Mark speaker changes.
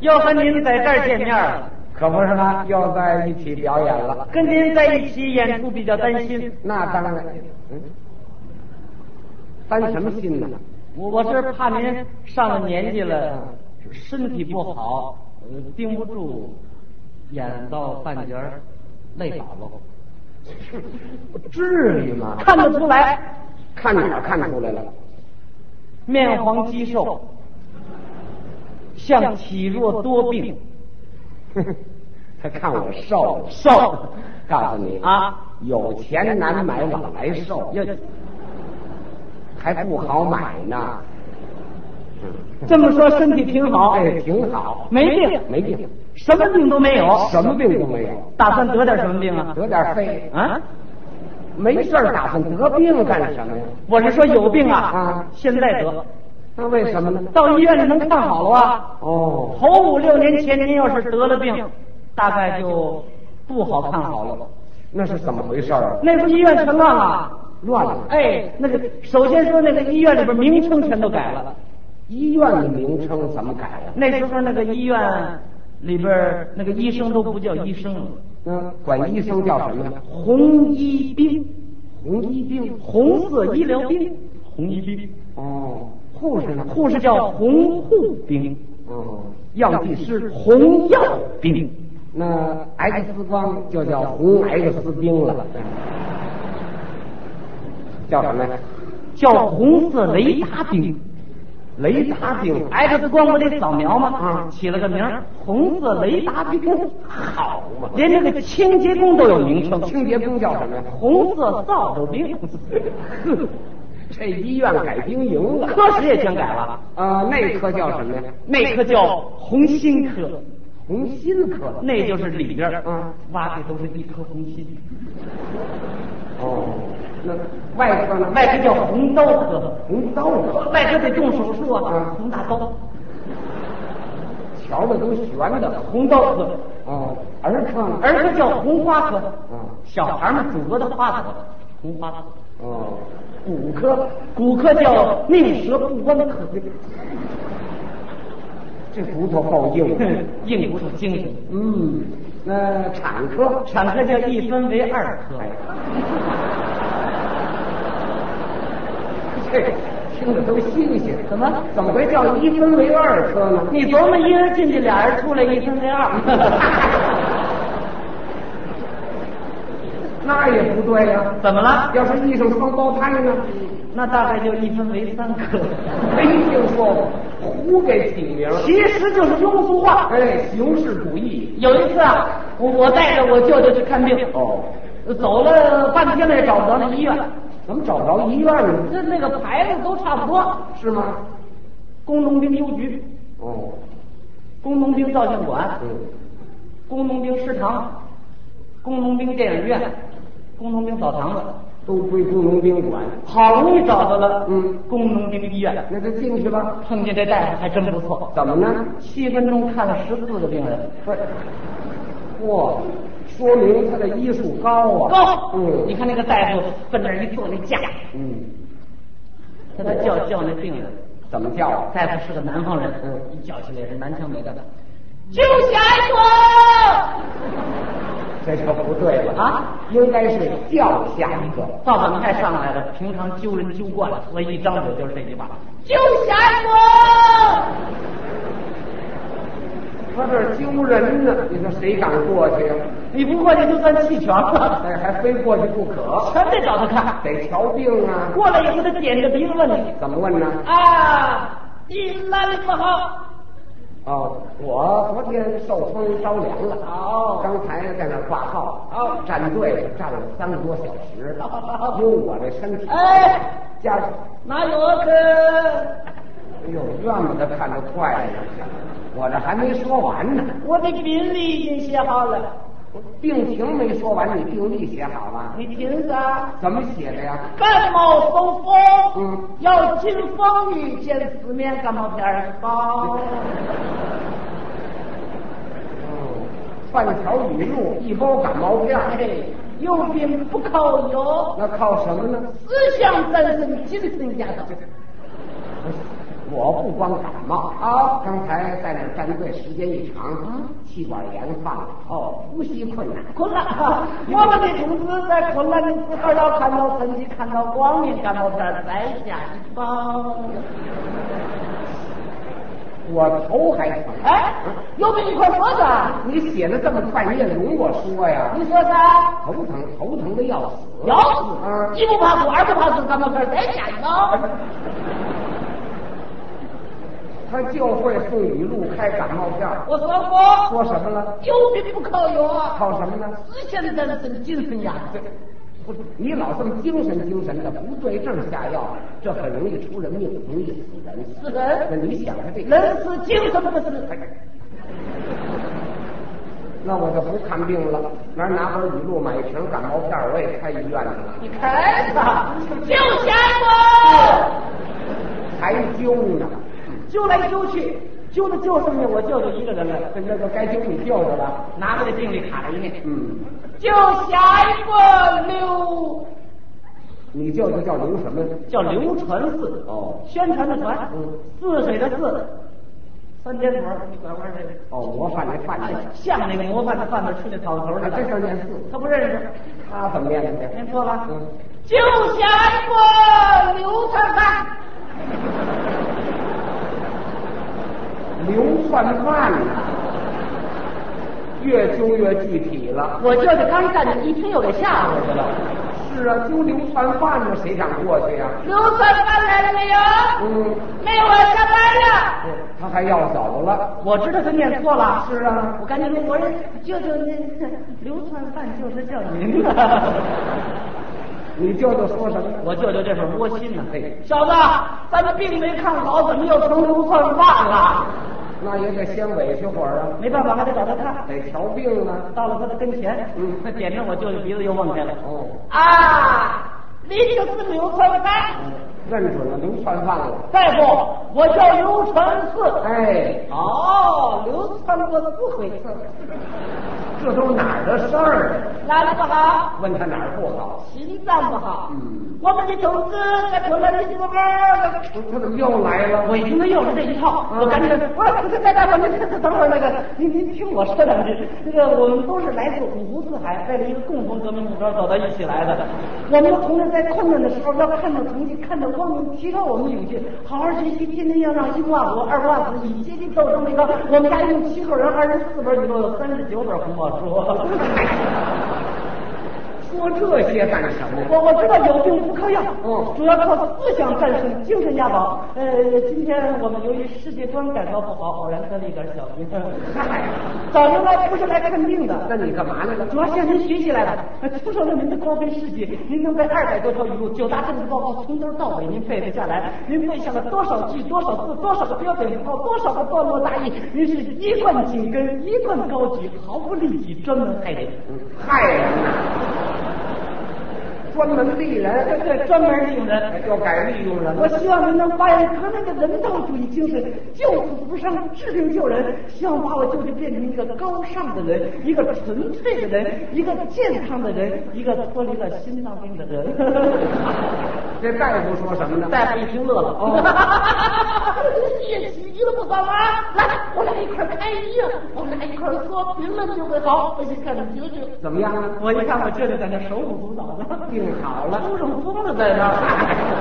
Speaker 1: 要和您在这儿见面了，
Speaker 2: 可不是吗？又在一起表演了，
Speaker 1: 跟您在一起演出比较担心。
Speaker 2: 那当然，嗯，担什么心呢？
Speaker 1: 我我是怕您上了年纪了，身体不好，呃盯不住，演到半截儿累倒了。
Speaker 2: 至于吗？
Speaker 1: 看得出来，
Speaker 2: 看哪儿看出来了？
Speaker 1: 面黄肌瘦，像体弱多病
Speaker 2: 他看我瘦了，
Speaker 1: 瘦
Speaker 2: 告诉你，
Speaker 1: 啊！
Speaker 2: 有钱难买往来瘦，
Speaker 1: 要
Speaker 2: 还不好买呢。
Speaker 1: 这么说，身体挺好，
Speaker 2: 哎，挺好，
Speaker 1: 没病，
Speaker 2: 没病，
Speaker 1: 什么病都没有。
Speaker 2: 什么病都没有，
Speaker 1: 打算得点什么病啊？
Speaker 2: 得点肺，
Speaker 1: 啊？
Speaker 2: 没事儿打算得病干什么呀？
Speaker 1: 我是说有病啊，
Speaker 2: 啊
Speaker 1: 现在得，
Speaker 2: 那为什么呢？
Speaker 1: 到医院里能看好了啊。
Speaker 2: 哦，
Speaker 1: 头五六年前您要是得了病，大概就不好看好了。
Speaker 2: 那是怎么回事儿啊？
Speaker 1: 那时候医院全乱了，
Speaker 2: 乱了，
Speaker 1: 哎，那个首先说那个医院里边名称全都改了，
Speaker 2: 医院的名称怎么改啊呀、
Speaker 1: 那时候那个医院里边那个医生都不叫医生了，
Speaker 2: 嗯，管医生叫什么呀？
Speaker 1: 红医兵，
Speaker 2: 红医兵。
Speaker 1: 红色医疗兵，红医兵，
Speaker 2: 哦，护士呢？
Speaker 1: 护士叫红护兵，
Speaker 2: 哦，药剂师。
Speaker 1: 红药兵。
Speaker 2: 那 X 光就叫红 X 兵了。叫什么呀？
Speaker 1: 叫红色雷达兵。
Speaker 2: 雷达哎兵。
Speaker 1: X 光哎不得扫描吗？
Speaker 2: 啊
Speaker 1: 起了个名儿，红色雷达兵，
Speaker 2: 好嘛！
Speaker 1: 连这个清洁工都有名称，
Speaker 2: 清洁兵叫什么呀？
Speaker 1: 红色扫帚兵。
Speaker 2: 这医院改兵营了。
Speaker 1: 科室也全改了，
Speaker 2: 啊，内科叫什么呀？
Speaker 1: 那科叫红心科，
Speaker 2: 红心科。
Speaker 1: 那就是里边儿
Speaker 2: 啊
Speaker 1: 挖的都是一颗红心。
Speaker 2: 哦，那外科呢？
Speaker 1: 外科叫红刀科，
Speaker 2: 红刀科。
Speaker 1: 外科得动手术啊
Speaker 2: 啊，
Speaker 1: 红大刀，
Speaker 2: 瞧着都悬的。
Speaker 1: 红刀科。
Speaker 2: 哦，儿科呢？
Speaker 1: 儿科叫红花科，
Speaker 2: 啊，
Speaker 1: 小孩们祖国的花朵，红花科。
Speaker 2: 哦，骨科，
Speaker 1: 骨科叫宁舌不弯科，
Speaker 2: 这骨头够硬。
Speaker 1: 硬骨头精神。
Speaker 2: 嗯，那产科，哎
Speaker 1: 产科叫一分为二科，
Speaker 2: 这听着都新鲜。
Speaker 1: 怎么
Speaker 2: 怎么会叫一分为二科呢？
Speaker 1: 你琢磨一人进去俩人出来，一分为二，
Speaker 2: 那也不对呀、
Speaker 1: 怎么了？
Speaker 2: 要是遇上双胞胎呢？
Speaker 1: 那大概就一分为三科。
Speaker 2: 没听说过，胡给起名儿。
Speaker 1: 其实就是庸俗化。
Speaker 2: 哎，形式主义。
Speaker 1: 有一次啊，我我带着我舅舅去看病，
Speaker 2: 哦，
Speaker 1: 走了半天了也找不着那医院，
Speaker 2: 怎么找不着医院呢？
Speaker 1: 这那个牌子都差不多，
Speaker 2: 是吗？
Speaker 1: 工农兵邮局、
Speaker 2: 哦，
Speaker 1: 工农兵照相馆、
Speaker 2: 嗯，
Speaker 1: 工农兵食堂、工农兵电影院、工农兵澡堂子，
Speaker 2: 都归工农兵管。
Speaker 1: 好容易找到了，
Speaker 2: 嗯，
Speaker 1: 工农兵医院，
Speaker 2: 那就进去吧。
Speaker 1: 碰见这大夫还真不错，
Speaker 2: 怎么呢？
Speaker 1: 七分钟看了十四个病人，
Speaker 2: 不是，哇，说明他的医术高啊。
Speaker 1: 高，
Speaker 2: 嗯
Speaker 1: 你看那个大夫奔那儿一坐那架，
Speaker 2: 嗯，
Speaker 1: 他他叫叫那病人，
Speaker 2: 怎么叫啊？
Speaker 1: 大夫是个南方人，
Speaker 2: 嗯
Speaker 1: 一叫起来是南腔北调的，救下一个，
Speaker 2: 这就不对了
Speaker 1: 啊！
Speaker 2: 应该是叫下一个。
Speaker 1: 造反派上来了，平常揪人揪惯了，所以一张嘴就是这句话，
Speaker 3: 救下我！
Speaker 2: 他这揪人呢，你说谁敢过 去呀？啊
Speaker 1: 你不过去就算弃权了。
Speaker 2: 哎，还非过去不可，
Speaker 1: 全得找他看。
Speaker 2: 得瞧病啊。
Speaker 1: 过来以后，他点着鼻子问你
Speaker 2: 怎么问呢？
Speaker 3: 啊，你哪里不好？
Speaker 2: 哦，我昨天受风着凉了，
Speaker 3: 哦
Speaker 2: 刚才在那儿挂号，
Speaker 3: 哦
Speaker 2: 站队站了三个多小时，因为我这身体，
Speaker 3: 哎，
Speaker 2: 加上
Speaker 3: 哪有个？
Speaker 2: 哎呦，怨不得看得快呀，我这还没说完呢，
Speaker 3: 我的病历已经写好了，
Speaker 2: 病情没说完，你病历写好了，
Speaker 3: 你听着，
Speaker 2: 怎么写的呀？
Speaker 3: 感冒受风，
Speaker 2: 嗯
Speaker 3: 要经风雨见四面感冒片儿包。
Speaker 2: 哦，半条语录，一包感冒片儿，
Speaker 3: 哎，有病不靠药，
Speaker 2: 那靠什么呢？
Speaker 3: 思想战胜精神家的。
Speaker 2: 我不光感冒
Speaker 3: 啊
Speaker 2: 刚才在那儿站柜时间一长，
Speaker 3: 嗯
Speaker 2: 气管炎犯了，哦，呼吸困难，
Speaker 3: 困了，我们的同志在困了，你自个儿要看到身体，看到光明，干冒片儿再下一包。
Speaker 2: 我头还疼。
Speaker 3: 哎，有病你快说说，
Speaker 2: 你写的这么快，你也容我说呀？
Speaker 3: 你说啥？
Speaker 2: 头疼，头疼的要死。
Speaker 3: 要
Speaker 2: 嗯
Speaker 3: 死，一不怕苦，二不怕死，干冒片儿再下一包。
Speaker 2: 他就会送语录开感冒片儿。
Speaker 3: 我说过，
Speaker 2: 说什么了？
Speaker 3: 有病不靠药，
Speaker 2: 靠什么呢？
Speaker 3: 思想战胜精神呀。
Speaker 2: 不是你老这么精神精神的，不对症下药，这很容易出人命，容易死人。
Speaker 3: 死
Speaker 2: 那
Speaker 3: 人，
Speaker 2: 你想想这，
Speaker 3: 人是精神不是？
Speaker 2: 那我就不看病了，明儿拿本语录买一瓶感冒片儿，我也开医院去了。
Speaker 3: 你开吧，救下我，
Speaker 2: 还揪呢，
Speaker 1: 揪来揪去，揪的就剩下我舅舅一个人了，
Speaker 2: 这那就该揪你舅舅了。
Speaker 1: 拿着这病历卡了一面。
Speaker 2: 嗯，
Speaker 3: 救下一个刘，
Speaker 2: 你舅舅叫刘什么？
Speaker 1: 叫刘传四，
Speaker 2: 哦嗯
Speaker 1: 宣传的传，泗水的泗，三尖头，你拐弯这个，
Speaker 2: 哦，模范那范
Speaker 1: 哎
Speaker 2: 的，
Speaker 1: 像那个模范的范子出那草头
Speaker 2: 那
Speaker 1: 似
Speaker 2: 啊这事
Speaker 1: 的，
Speaker 2: 儿念四，
Speaker 1: 他不认识，
Speaker 2: 他怎么念的去？
Speaker 1: 您说吧，
Speaker 2: 嗯，
Speaker 3: 救下一个刘灿灿，
Speaker 2: 刘范范呐，越揪越具体了。
Speaker 3: 我舅舅刚站着，一听又给吓回去了。
Speaker 2: 是啊，揪刘范范的，谁敢过去呀、
Speaker 3: 刘灿灿来了没有？
Speaker 2: 嗯，
Speaker 3: 没有，我下班了。
Speaker 2: 他还要走了。
Speaker 1: 我知道他念错了，
Speaker 2: 是啊
Speaker 1: 我，赶紧跟我说，舅舅那刘传范就是叫您了。
Speaker 2: 你舅舅说什么？
Speaker 1: 我舅舅这会儿窝心呢，
Speaker 2: 嘿
Speaker 1: 小子，咱们病没看好，怎么又成流窜犯了？
Speaker 2: 那也得先委屈会儿啊，
Speaker 1: 没办法，还得找他看。
Speaker 2: 得瞧病啊。
Speaker 1: 到了他的跟前，
Speaker 2: 嗯
Speaker 1: 他点着我舅舅鼻子又望去了。
Speaker 2: 哦，
Speaker 3: 啊，你就是刘灿灿，
Speaker 2: 认准了刘范范了。
Speaker 3: 大夫，我叫刘传四。
Speaker 2: 哎，
Speaker 3: 哦，流窜过四回次，
Speaker 2: 这都哪儿的事儿
Speaker 3: 哪里不好？
Speaker 2: 啊？问他哪儿不好？
Speaker 3: 心脏不好。
Speaker 2: 嗯
Speaker 3: 我们的同志在屯了的媳妇儿，
Speaker 2: 他怎么又来了？
Speaker 1: 我一听他又是这一套，我赶紧我说：“大大夫，您等会儿那个，您您听我说两句。那个我们都是来自五湖四海，为了一个共同革命目标走到一起来的。我们同志在困难的时候要看到成绩，看到光明，提高我们的勇气，好好学习，天天要让一不忘我，二不忘子，以阶级斗争为纲。我们家一共七口人，二十四本语录，有三十九本红宝书。
Speaker 2: 说这些干什么呀？
Speaker 1: 我我知道有病不靠药，
Speaker 2: 嗯
Speaker 1: 主要靠思想战胜精神压倒。呃，今天我们由于世界观改造不好，偶然得了一点小病。
Speaker 2: 嗨，
Speaker 1: 早上来不是来看病的，
Speaker 2: 那你干嘛来了？
Speaker 1: 主要向您学习来了。呃听说了您的光辉事迹，您能背二百多条语录，九大政治报告从头到尾您背得下来，您背下了多少句、多少字、多少个标点符号、多少个段落大意，您是一贯紧跟，一贯高举，毫不利己，专门害人。
Speaker 2: 害人呐！专门利
Speaker 1: 对
Speaker 2: 人，
Speaker 1: 对，呃专门利用人。
Speaker 2: 要改利用人
Speaker 1: 我
Speaker 2: 了。
Speaker 1: 希望您能发扬革命的人道主义精神，救死扶伤，治病救人。希望把我舅舅变成一个高尚的人，一个纯粹的人，一个健康的人，一个脱离了心脏病的人。
Speaker 2: 这大夫说什么呢？
Speaker 1: 大夫一听乐了，
Speaker 3: 也洗涤了不少啊！来，我俩一块儿开医啊，我们俩一块儿说评论就会好。我去看看舅舅，
Speaker 2: 怎么样啊？
Speaker 1: 我一看我舅舅在那手舞足蹈的，
Speaker 2: 病好了，
Speaker 1: 出上风了在那儿。